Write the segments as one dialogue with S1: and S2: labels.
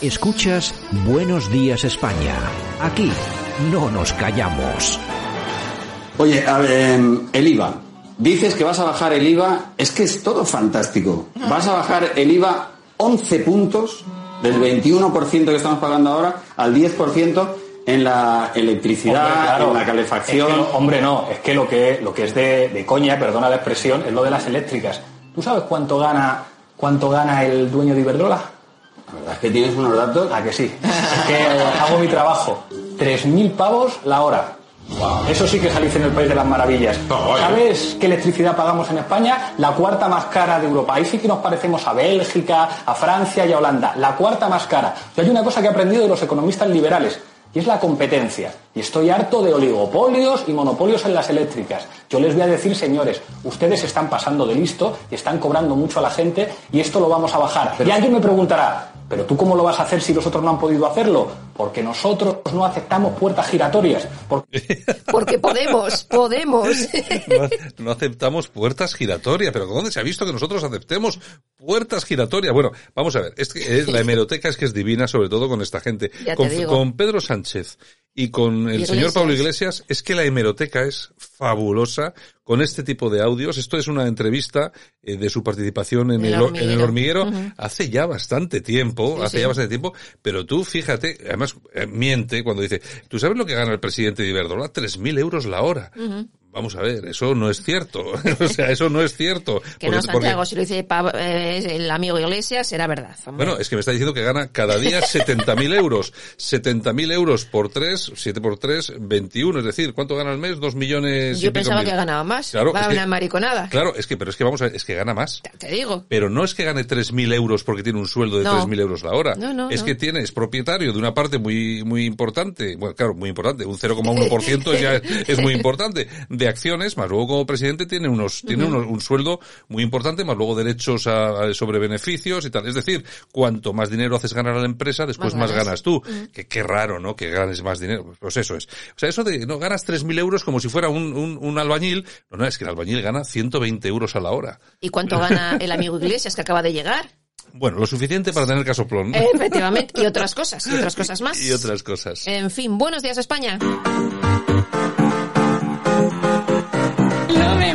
S1: Escuchas Buenos Días España. Aquí no nos callamos.
S2: Oye, a ver, em, el IVA. Dices que vas a bajar el IVA. Es que es todo fantástico. Vas a bajar el IVA 11 puntos del 21% que estamos pagando ahora al 10% en la electricidad,
S3: Hombre, claro.
S2: en la calefacción.
S3: Es que lo- hombre, no, es que lo que, lo que es de, de coña, perdona la expresión, es lo de las eléctricas. ¿Tú sabes cuánto gana, cuánto gana el dueño de Iberdrola?
S2: La verdad es que tienes unos datos.
S3: Ah, que sí. Es que hago mi trabajo. 3.000 pavos la hora. Eso sí que es Alicia en el País de las Maravillas.
S4: No, vaya.
S3: ¿Sabes qué electricidad pagamos en España? La cuarta más cara de Europa. Ahí sí que nos parecemos a Bélgica, a Francia y a Holanda. La cuarta más cara. Yo hay una cosa que he aprendido de los economistas liberales. Y es la competencia. Y estoy harto de oligopolios y monopolios en las eléctricas. Yo les voy a decir, señores, ustedes están pasando de listo y están cobrando mucho a la gente y esto lo vamos a bajar. y alguien me preguntará, pero tú cómo lo vas a hacer si los otros no han podido hacerlo? Porque nosotros no aceptamos puertas giratorias. Porque
S5: Porque podemos, podemos.
S4: No, no aceptamos puertas giratorias, pero ¿dónde se ha visto que nosotros aceptemos puertas giratorias? Bueno, vamos a ver, es que es, la hemeroteca es que es divina, sobre todo con esta gente.
S5: Ya te
S4: Con,
S5: digo.
S4: con Pedro Sánchez y con el
S5: Iglesias.
S4: señor Pablo Iglesias, es que la hemeroteca es fabulosa con este tipo de audios. Esto es una entrevista eh, de su participación en
S5: El
S4: el, o- en el
S5: hormiguero.
S4: hormiguero
S5: Ujú.
S4: hace ya bastante tiempo, hace ya bastante tiempo, pero tú fíjate, además eh, miente cuando dice, ¿tú sabes lo que gana el presidente de Iberdrola? 3.000 euros la hora. Vamos a ver, eso no es cierto. o sea, eso no es cierto.
S5: Que
S4: Porque-
S5: no, Santiago,
S4: porque-
S5: si lo dice Pab- eh, el amigo Iglesias, será verdad. hombre.
S4: bueno, es que me está diciendo que gana cada día 70.000 euros. 70.000 euros por 3, 7 por 3, 21. Es decir, ¿cuánto gana al mes? 2 millones. y
S5: Yo
S4: pico
S5: pensaba
S4: mil.
S5: que ganaba más.
S4: Claro,
S5: Va
S4: es que-
S5: una mariconada.
S4: Claro, es que, pero es que vamos a ver, es que gana más.
S5: Te- Te digo.
S4: Pero no es que gane 3.000 euros porque tiene un sueldo de
S5: No.
S4: 3.000 euros la hora.
S5: No, no,
S4: es
S5: no.
S4: que tiene, es propietario de una parte muy, muy importante. Bueno, claro, muy importante. Un 0,1% ya es, es muy importante. De acciones, más luego como presidente tiene unos, tiene unos- un sueldo muy importante, más luego derechos a, a- sobre beneficios y tal. Es decir, cuanto más dinero haces ganar a la empresa, después
S5: Más
S4: más,
S5: ganas.
S4: ganas tú. Que qué raro, ¿no? Que ganes más dinero. Pues eso es. O sea, eso de, no, ganas 3.000 euros como si fuera un, un, un albañil. No, no, es que el albañil gana 120 euros a la hora.
S5: ¿Y cuánto gana el amigo Iglesias que acaba de llegar? Eh,
S4: Bueno, lo suficiente para tener casoplón.
S5: Efectivamente. Y otras cosas, y otras cosas más. Eh.
S4: Y otras cosas.
S5: En fin, buenos días España.
S6: No me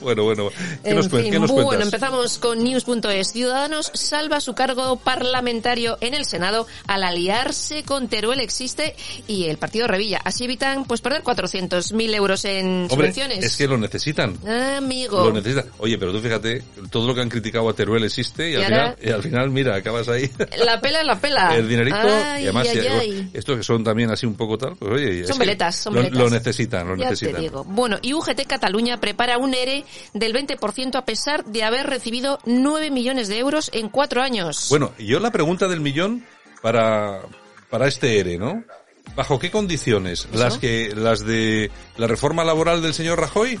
S4: bueno, bueno. ¿Qué,
S5: En
S4: nos, cuen-
S5: fin,
S4: qué nos
S5: bueno,
S4: cuentas?
S5: empezamos con news.es. Ciudadanos salva su cargo parlamentario en el Senado al aliarse con Teruel Existe y el partido Revilla. Así evitan pues perder 400.000 euros en
S4: Hombre,
S5: subvenciones.
S4: es que lo necesitan.
S5: Amigo.
S4: Lo necesitan. Oye, pero tú fíjate, todo lo que han criticado a Teruel existe y,
S5: Y
S4: al,
S5: ahora-
S4: final, y al final, mira, acabas ahí.
S5: La pela, la pela.
S4: El dinerito
S5: Ay,
S4: y además
S5: ay,
S4: si-
S5: ay.
S4: estos que son también así un poco tal, pues oye, es
S5: Son
S4: que
S5: veletas, son
S4: lo,
S5: veletas.
S4: lo necesitan, lo
S5: Ya
S4: necesitan.
S5: te digo. Bueno, y UGT Cataluña prepara un ERE del 20% a pesar de haber recibido 9 millones de euros en cuatro años.
S4: Bueno, y yo la pregunta del millón para para este ERE, ¿no? ¿Bajo qué condiciones? ¿Las que las de la reforma laboral del señor Rajoy?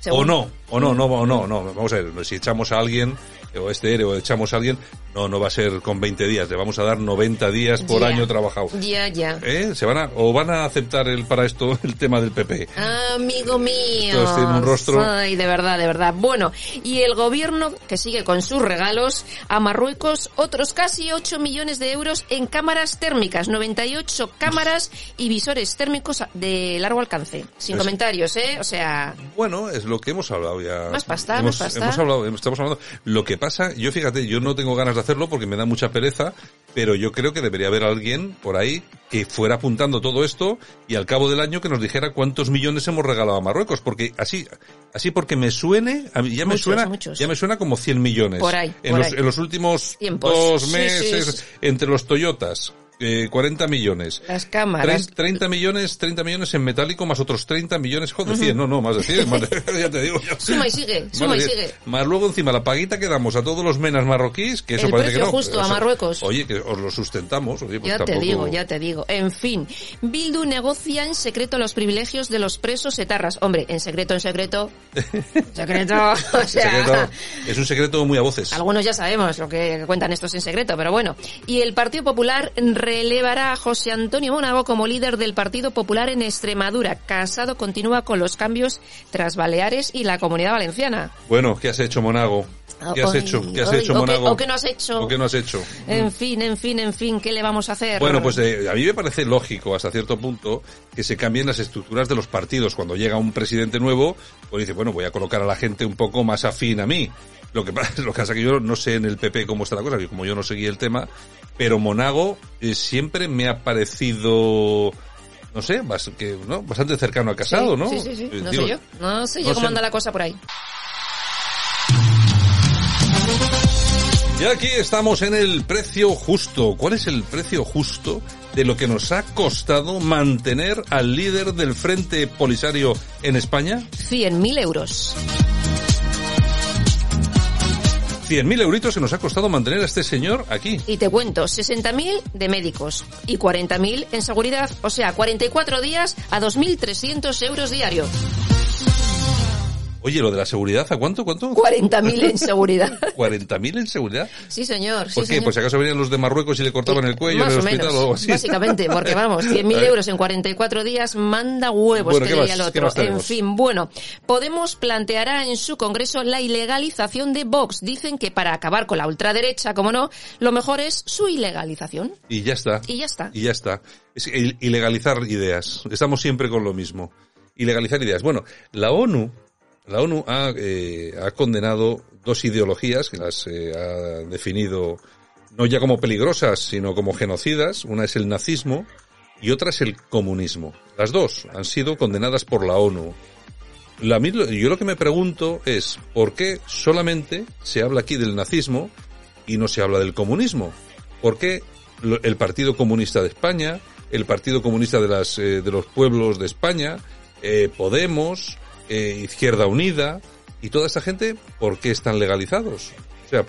S5: Según-
S4: O no, o no, no, o no, no, vamos a ver, si echamos a alguien, o este ERE, o echamos a alguien, no, no va a ser con 20 días, le vamos a dar 90 días por
S5: Ya.
S4: año trabajado.
S5: Ya, ya.
S4: ¿Eh? ¿Se van a, o van a aceptar el, para esto el tema del PP?
S5: Ah, Amigo mío.
S4: Todos tienen un rostro.
S5: Ay, de verdad, de verdad. Bueno, y el gobierno que sigue con sus regalos a Marruecos, otros casi 8 millones de euros en cámaras térmicas, 98 cámaras y visores térmicos de largo alcance. Sin
S4: Es-
S5: comentarios, ¿eh? O sea,
S4: Bueno, es lo que hemos hablado ya.
S5: Más pasta, más
S4: hemos,
S5: pasta.
S4: hemos hablado, hemos- estamos hablando. Lo que pasa, yo fíjate, yo no tengo ganas de hacerlo porque me da mucha pereza, pero yo creo que debería haber alguien por ahí que fuera apuntando todo esto y al cabo del año que nos dijera cuántos millones hemos regalado a Marruecos, porque así, así porque me suene, a mí ya me
S5: Muchos,
S4: suena,
S5: muchos.
S4: ya me suena como 100 millones.
S5: Por ahí,
S4: En,
S5: por
S4: los,
S5: ahí.
S4: en los últimos
S5: Tiempos.
S4: dos
S5: Sí,
S4: meses,
S5: sí, sí.
S4: entre los Toyotas, eh, 40 millones.
S5: las cámaras.
S4: Trein- 30 millones, 30 millones en metálico más otros 30 millones, joder, 100, no, no, más de 100, más de- ya te digo. yo.
S5: Suma y sigue,
S4: Más
S5: suma
S4: de
S5: y
S4: 100.
S5: sigue.
S4: Más luego encima la paguita que damos a todos los menas marroquíes, que eso
S5: El
S4: parece que
S5: precio
S4: no.
S5: justo a Marruecos.
S4: Oye, que os lo sustentamos, oye, pues
S5: Ya
S4: tampoco...
S5: te digo, ya te digo. En fin, Bildu negocia en secreto los privilegios de los presos etarras. Hombre, en secreto, en secreto. Secreto, o
S4: El
S5: sea.
S4: secreto- es un secreto muy a voces.
S5: Algunos ya sabemos lo que cuentan estos en secreto, pero bueno. Y el Partido Popular relevará a José Antonio Monago como líder del Partido Popular en Extremadura. Casado continúa con los cambios tras Baleares y la Comunidad Valenciana.
S4: Bueno, ¿qué has hecho, Monago? ¿Qué has
S5: Ay,
S4: hecho? ¿Qué has
S5: ay,
S4: hecho,
S5: o qué-
S4: Monago?
S5: o qué no has hecho.
S4: ¿O qué no has hecho?
S5: En fin, en fin, en fin, ¿qué le vamos a hacer?
S4: Mm. Bueno, pues eh, a mí me parece lógico hasta cierto punto que se cambien las estructuras de los partidos. Cuando llega un presidente nuevo, pues dice, bueno, voy a colocar a la gente un poco más afín a mí. Lo que pasa, lo que pasa es que yo no sé en el PP cómo está la cosa, yo- como yo no seguí el tema, pero Monago eh, siempre me ha parecido, no sé, bas- que, ¿no? bastante cercano a Casado,
S5: Sí,
S4: ¿no?
S5: Sí, sí, sí.
S4: Eh,
S5: No
S4: digo,
S5: sé yo. No sé yo
S4: no
S5: cómo
S4: sé.
S5: anda la cosa por ahí.
S4: Y aquí estamos en el precio justo. ¿Cuál es el precio justo de lo que nos ha costado mantener al líder del Frente Polisario en España?
S5: 100.000 euros.
S4: 100.000 euritos que nos ha costado mantener a este señor aquí.
S5: Y te cuento, 60.000 de médicos y 40.000 en seguridad. O sea, 44 días a 2.300 euros diario.
S4: Oye, lo de la seguridad, ¿a cuánto? ¿Cuánto?
S5: 40.000 en seguridad.
S4: 40.000 en seguridad.
S5: Sí, señor.
S4: ¿Por
S5: sí,
S4: qué?
S5: señor.
S4: Pues si acaso venían los de Marruecos y le cortaban el cuello
S5: Más
S4: en el
S5: o
S4: hospital
S5: menos,
S4: o algo así.
S5: Básicamente, porque vamos, 100.000 euros en 44 días manda huevos,
S4: Bueno,
S5: que
S4: ¿qué
S5: diría
S4: más?
S5: el
S4: ¿Qué
S5: otro.
S4: más
S5: En
S4: tenemos?
S5: fin, bueno, Podemos planteará en su congreso la ilegalización de Vox. Dicen que para acabar con la ultraderecha, como no, lo mejor es su ilegalización.
S4: Y ya está.
S5: Y ya está.
S4: Y ya está. Es il- ilegalizar ideas. Estamos siempre con lo mismo. Ilegalizar ideas. Bueno, la ONU, la ONU ha, eh, ha condenado dos ideologías que las eh, ha definido no ya como peligrosas, sino como genocidas. Una es el nazismo y otra es el comunismo. Las dos han sido condenadas por la ONU. La mil- yo lo que me pregunto es por qué solamente se habla aquí del nazismo y no se habla del comunismo. ¿Por qué lo- el Partido Comunista de España, el Partido Comunista de, las, eh, de los Pueblos de España, eh, Podemos, eh, Izquierda Unida y toda esa gente, por qué están legalizados? O sea,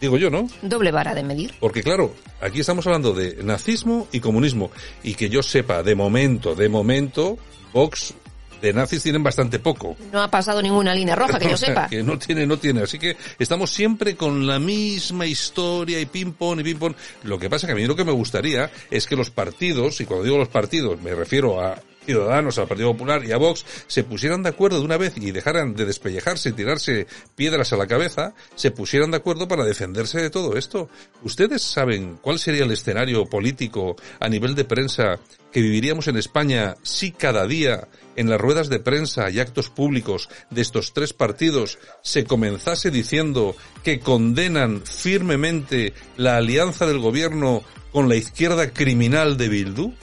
S4: digo yo, ¿no?
S5: Doble vara de medir.
S4: Porque claro, aquí estamos hablando de nazismo y comunismo. Y que yo sepa, de momento, de momento, Vox de nazis tienen bastante poco.
S5: No ha pasado ninguna línea roja, que yo
S4: O sea,
S5: sepa.
S4: que no tiene, no tiene. Así que estamos siempre con la misma historia y ping-pong y ping-pong. Lo que pasa que a mí lo que me gustaría es que los partidos, y cuando digo los partidos me refiero a Ciudadanos, al Partido Popular y a Vox se pusieran de acuerdo de una vez y dejaran de despellejarse y tirarse piedras a la cabeza, se pusieran de acuerdo para defenderse de todo esto. ¿Ustedes saben cuál sería el escenario político a nivel de prensa que viviríamos en España si cada día en las ruedas de prensa y actos públicos de estos tres partidos se comenzase diciendo que condenan firmemente la alianza del gobierno con la izquierda criminal de Bildu?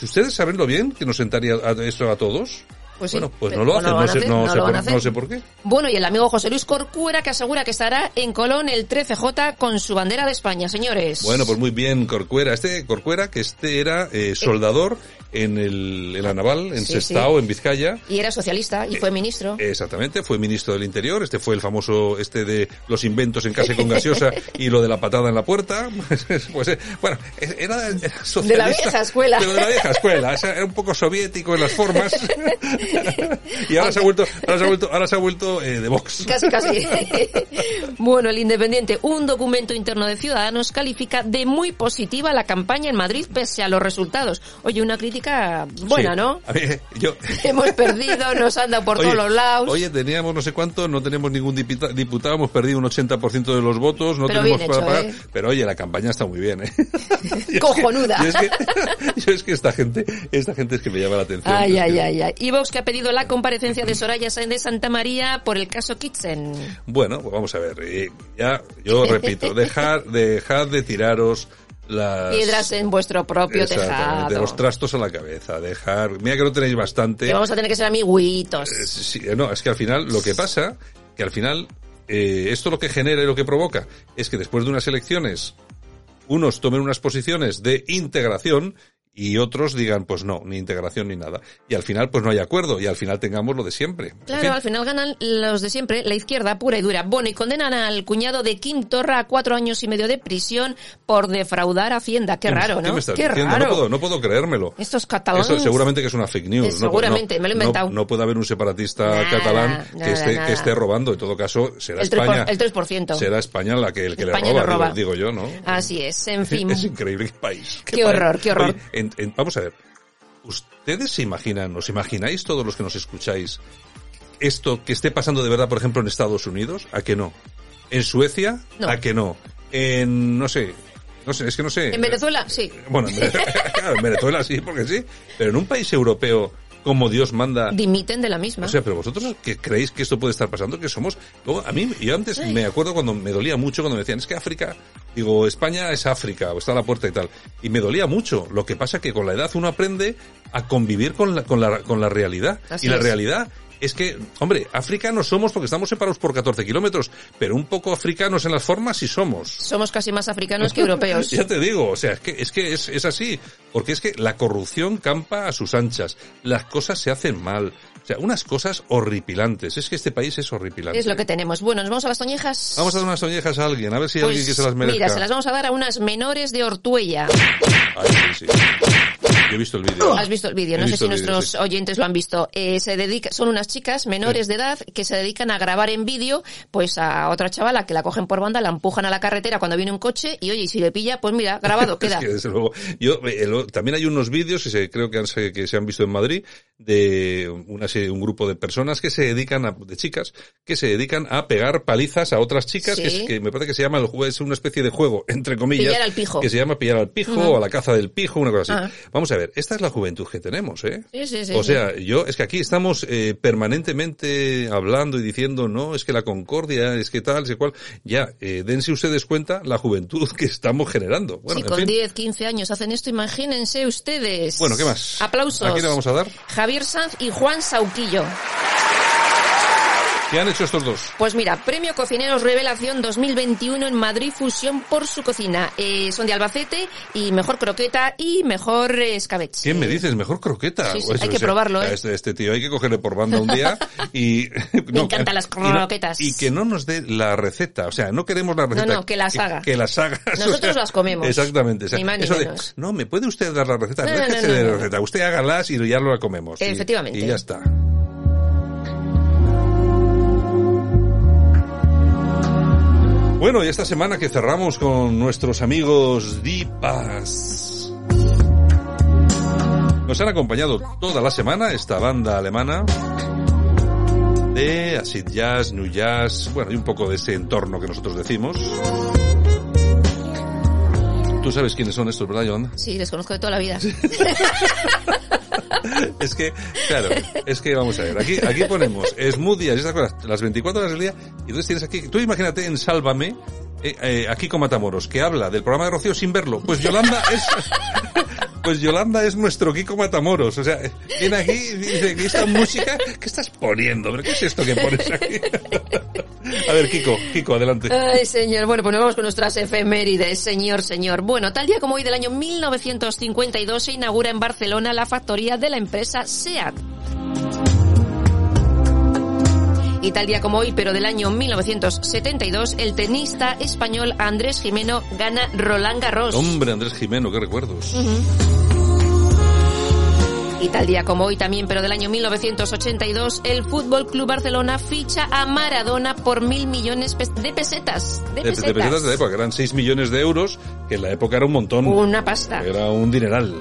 S4: ¿Ustedes saben lo bien que nos sentaría a- eso a todos?
S5: Pues sí,
S4: bueno, pues
S5: pero
S4: no lo
S5: no lo
S4: hacen, no,
S5: van a
S4: sé,
S5: hacer,
S4: no
S5: no
S4: sé
S5: lo
S4: por,
S5: van a hacer.
S4: no sé por qué.
S5: Bueno, y el amigo José Luis Corcuera que asegura que estará en Colón el 13J con su bandera de España, señores.
S4: Bueno, pues muy bien, Corcuera. Este Corcuera, que este era eh, soldador en, el, en la naval, en
S5: Sí,
S4: Sestao,
S5: sí.
S4: en Vizcaya.
S5: Y era socialista
S4: Eh,
S5: y fue ministro.
S4: Exactamente, fue ministro del Interior, este fue el famoso, este de los inventos en casa y con gaseosa y lo de la patada en la puerta. Pues, eh, bueno, era, era socialista.
S5: vieja escuela.
S4: Pero de la vieja escuela, o sea, era un poco soviético en las formas. Y ahora se ha vuelto, ahora se ha vuelto, ahora se ha vuelto eh, de Vox.
S5: Casi, casi. bueno, el Independiente, un documento interno de Ciudadanos califica de muy positiva la campaña en Madrid pese a los resultados. Oye, una crítica buena,
S4: Sí.
S5: ¿no?
S4: A ver, yo,
S5: Hemos perdido, nos anda por
S4: Oye,
S5: todos los lados.
S4: Oye, teníamos no sé cuánto, no tenemos ningún dipita- diputado, hemos perdido un 80% de los votos, no
S5: Pero
S4: tenemos
S5: bien
S4: para
S5: hecho,
S4: pagar.
S5: ¿eh?
S4: Pero oye, la campaña está muy bien, ¿eh?
S5: Cojonuda.
S4: Yo es que, yo es que esta gente, esta gente es que me llama la atención.
S5: Ay,
S4: Es
S5: ay,
S4: que-
S5: ay, ay. Y Vox que ha pedido la comparecencia de Soraya Sáenz de Santa María por el caso Kitchen.
S4: Bueno, pues vamos a ver. eh, ya, yo repito, dejad, dejad de tiraros las...
S5: Piedras en vuestro propio
S4: Exactamente,
S5: tejado.
S4: los trastos a la cabeza, dejar... Mira que no tenéis bastante.
S5: Que vamos a tener que ser amiguitos.
S4: Eh, sí, eh, no, es que al final lo que pasa, que al final eh, esto lo que genera y lo que provoca es que después de unas elecciones unos tomen unas posiciones de integración y otros digan pues no, ni integración ni nada. Y al final pues no hay acuerdo y al final tengamos lo de siempre. En
S5: Claro,
S4: fin,
S5: al final ganan los de siempre, la izquierda pura y dura. Bueno, y condenan al cuñado de Kim Torra a cuatro años y medio de prisión por defraudar a Hacienda. Qué raro,
S4: ¿Qué
S5: ¿no?
S4: me estás
S5: Qué
S4: diciendo?
S5: raro.
S4: No puedo, no puedo creérmelo.
S5: Estos catalanes.
S4: Eso seguramente que es una fake news.
S5: Eh,
S4: ¿no?
S5: seguramente,
S4: No-
S5: me lo he inventado.
S4: No, no puede haber un separatista
S5: Nada,
S4: catalán
S5: nada,
S4: que, esté,
S5: nada.
S4: que esté robando. En todo caso, será
S5: El tres por-
S4: España.
S5: el 3%.
S4: Será España la que, el que
S5: España
S4: le roba,
S5: no roba.
S4: Digo, digo yo, ¿no?
S5: Así es, en fin.
S4: Es increíble qué país.
S5: Qué
S4: país.
S5: horror, qué horror.
S4: Oye, en- en- vamos a ver. ¿Ustedes se imaginan, os imagináis todos los que nos escucháis, esto que esté pasando de verdad, por ejemplo, en Estados Unidos? ¿A que no? ¿En Suecia?
S5: No.
S4: ¿A que no? En, no sé, no sé, es que no sé.
S5: En Venezuela, sí.
S4: Bueno, en Venezuela, claro, en Venezuela sí, porque sí. Pero en un país europeo, como Dios manda,
S5: Dimiten de la misma.
S4: o sea, pero vosotros que creéis que esto puede estar pasando, que somos. Luego, a mí, yo antes me acuerdo cuando me dolía mucho cuando me decían, es que África, digo, España es África, o está a la puerta y tal. Y me dolía mucho. Lo que pasa que con la edad uno aprende a convivir con la, con la, con la realidad.
S5: Así
S4: y la
S5: es.
S4: realidad es que, hombre, africanos somos porque estamos separados por 14 kilómetros, pero un poco africanos en las formas sí somos.
S5: Somos casi más africanos que europeos.
S4: Ya te digo, o sea, es que, es, que es, es así, porque es que la corrupción campa a sus anchas, las cosas se hacen mal, o sea, unas cosas horripilantes, es que este país es horripilante.
S5: Es lo que tenemos. Bueno, nos vamos a las toñejas.
S4: Vamos a dar unas soñejas a alguien, a ver si hay
S5: Pues,
S4: alguien que se las merezca.
S5: Mira, se las vamos a dar a unas menores de Ortuella.
S4: Ay, sí, sí. Yo he visto el vídeo.
S5: Has visto el vídeo,
S4: He
S5: no sé
S4: visto
S5: si
S4: el vídeo,
S5: nuestros
S4: sí.
S5: oyentes lo han visto. Eh, se dedica, son unas chicas menores de edad que se dedican a grabar en vídeo, pues a otra chavala que la cogen por banda, la empujan a la carretera cuando viene un coche y oye, y si le pilla, pues mira, grabado,
S4: Es
S5: queda.
S4: que, desde luego, yo, eh, lo- también hay unos vídeos que se, creo que, han, se- que se han visto en Madrid de una serie, un grupo de personas que se dedican a, de chicas, que se dedican a pegar palizas a otras chicas,
S5: Sí.
S4: que, es- que me parece que se llama el juego, es una especie de juego, entre comillas.
S5: Pillar al pijo.
S4: Que se llama pillar al pijo
S5: Ujú.
S4: o a la caza del pijo, una cosa así.
S5: Ah.
S4: Vamos a ver, esta es la juventud que tenemos, ¿eh?
S5: Sí, sí, sí,
S4: o
S5: sí.
S4: sea, yo, es que aquí estamos eh, permanentemente hablando y diciendo, no, es que la concordia, es que tal, es que cual. Ya, eh, dense ustedes cuenta la juventud que estamos generando. Bueno,
S5: si
S4: en
S5: con
S4: fin.
S5: 10, 15 años hacen esto, imagínense ustedes.
S4: Bueno, ¿qué más?
S5: Aplausos.
S4: ¿A quién le vamos a dar?
S5: Javier Sanz y Juan Sauquillo.
S4: ¿Qué han hecho estos dos?
S5: Pues mira, Premio Cocineros Revelación 2021 en Madrid Fusión por su cocina. Eh, son de Albacete y mejor croqueta y mejor eh, escabeche.
S4: ¿Quién me dices? Mejor croqueta.
S5: Sí, sí,
S4: Pues,
S5: hay
S4: o
S5: que
S4: sea,
S5: probarlo, ¿eh?
S4: a Este, este tío hay que cogerle por banda un día y...
S5: encantan las
S4: y no-
S5: croquetas.
S4: Y, que no nos dé la receta. O sea, no queremos la receta.
S5: no, que las haga.
S4: Que, las haga.
S5: Nosotros las comemos.
S4: Exactamente. o sea,
S5: Ni más ni
S4: eso de,
S5: menos.
S4: no, ¿me puede usted dar la receta?
S5: No, no,
S4: Déjese
S5: no, no,
S4: de
S5: no,
S4: la
S5: no.
S4: receta. Usted hágalas y ya lo la comemos. Y-
S5: Efectivamente.
S4: Y, ya está. Bueno, y esta semana que cerramos con nuestros amigos Dipas. Nos han acompañado toda la semana esta banda alemana de acid jazz, new jazz, bueno, y un poco de ese entorno que nosotros decimos. Tú sabes quiénes son estos, ¿verdad, John?
S5: Sí, les conozco de toda la vida.
S4: Es que, claro, es que vamos a ver, aquí, aquí ponemos smoothies y esas cosas, las 24 horas del día, y entonces tienes aquí, tú imagínate en Sálvame, eh, eh, aquí con Matamoros, que habla del programa de Rocío sin verlo, pues Yolanda es... Pues Yolanda es nuestro Kiko Matamoros, o sea, viene aquí y dice, "¿Y esta música? ¿Qué estás poniendo? ¿Pero qué es esto que pones aquí? A ver, Kiko, Kiko, adelante.
S5: Ay, señor. Bueno, pues nos vamos con nuestras efemérides, señor, señor. Bueno, tal día como hoy del año 1952 se inaugura en Barcelona la factoría de la empresa SEAT. Y tal día como hoy, pero del año 1972, el tenista español Andrés Jimeno gana Roland Garros.
S4: Hombre, Andrés Jimeno, qué recuerdos.
S5: Y tal día como hoy también, pero del año 1982, el Fútbol Club Barcelona ficha a Maradona por mil millones pe- de pesetas. De
S4: De,
S5: pesetas.
S4: de pesetas de la época, que eran 6 millones de euros, que en la época era un montón.
S5: Una pasta.
S4: Era un dineral.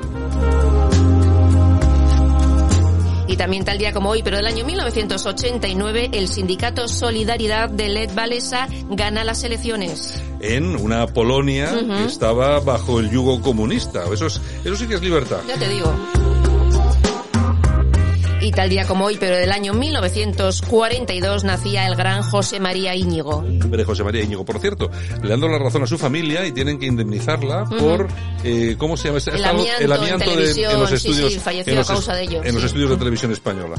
S5: Y también tal día como hoy, pero del año 1989, el sindicato Solidaridad de Led Valesa gana las elecciones.
S4: en una Polonia que estaba bajo el yugo comunista. Eso, es- eso sí que es libertad.
S5: Ya te digo. Y tal día como hoy, pero del año 1942, nacía el gran José María Íñigo.
S4: Hombre, José María Íñigo, por cierto, le dando la razón a su familia y tienen que indemnizarla por, eh, ¿cómo se llama?
S5: El amianto en
S4: de-
S5: televisión, sí, sí, falleció
S4: en los
S5: a causa
S4: est-
S5: de ello,
S4: En los
S5: sí.
S4: estudios de televisión española.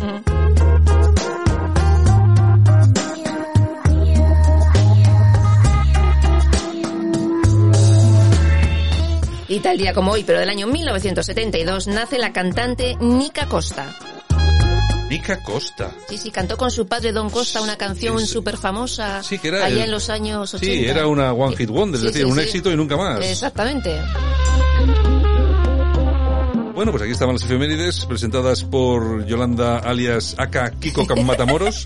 S5: Y tal día como hoy, pero del año 1972, nace la cantante Nica Costa.
S4: Nica Costa.
S5: Sí, sí, cantó con su padre Don Costa una canción
S4: Es-
S5: súper famosa
S4: Sí, que era
S5: allá
S4: el-
S5: en los años 80.
S4: Sí, era una One Hit Wonder,
S5: Sí,
S4: es decir,
S5: sí,
S4: un
S5: sí.
S4: éxito y nunca más.
S5: Exactamente.
S4: Bueno, pues aquí estaban las efemérides presentadas por Yolanda alias Aka Kiko Cam- Matamoros,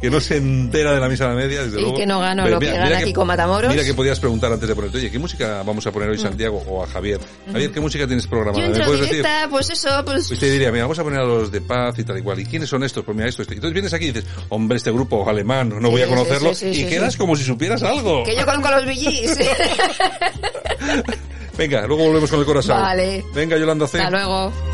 S4: que no se entera de la misa a la media, desde
S5: Y
S4: luego.
S5: que no gano
S4: Pero
S5: lo que gana Kiko Matamoros. Mm.
S4: Mira que podías preguntar antes de ponerte, oye, ¿qué música vamos a poner hoy Santiago o a Javier? Javier, ¿qué música tienes programada?
S5: Yo
S4: ¿Me
S5: entro
S4: puedes decir?
S5: directa, pues eso, pues...
S4: Usted diría, mira, vamos a poner a los de paz y tal y cual. ¿Y quiénes son estos? Pues mira, esto, esto. Entonces vienes aquí y dices, hombre, este grupo alemán, no voy a
S5: Sí, sí,
S4: conocerlo.
S5: sí, sí,
S4: y
S5: sí,
S4: quedas
S5: sí.
S4: como si supieras algo.
S5: Que yo conozco a los BGs.
S4: Venga, luego volvemos con el corazón.
S5: Vale.
S4: Venga, Yolanda C.
S5: Hasta luego.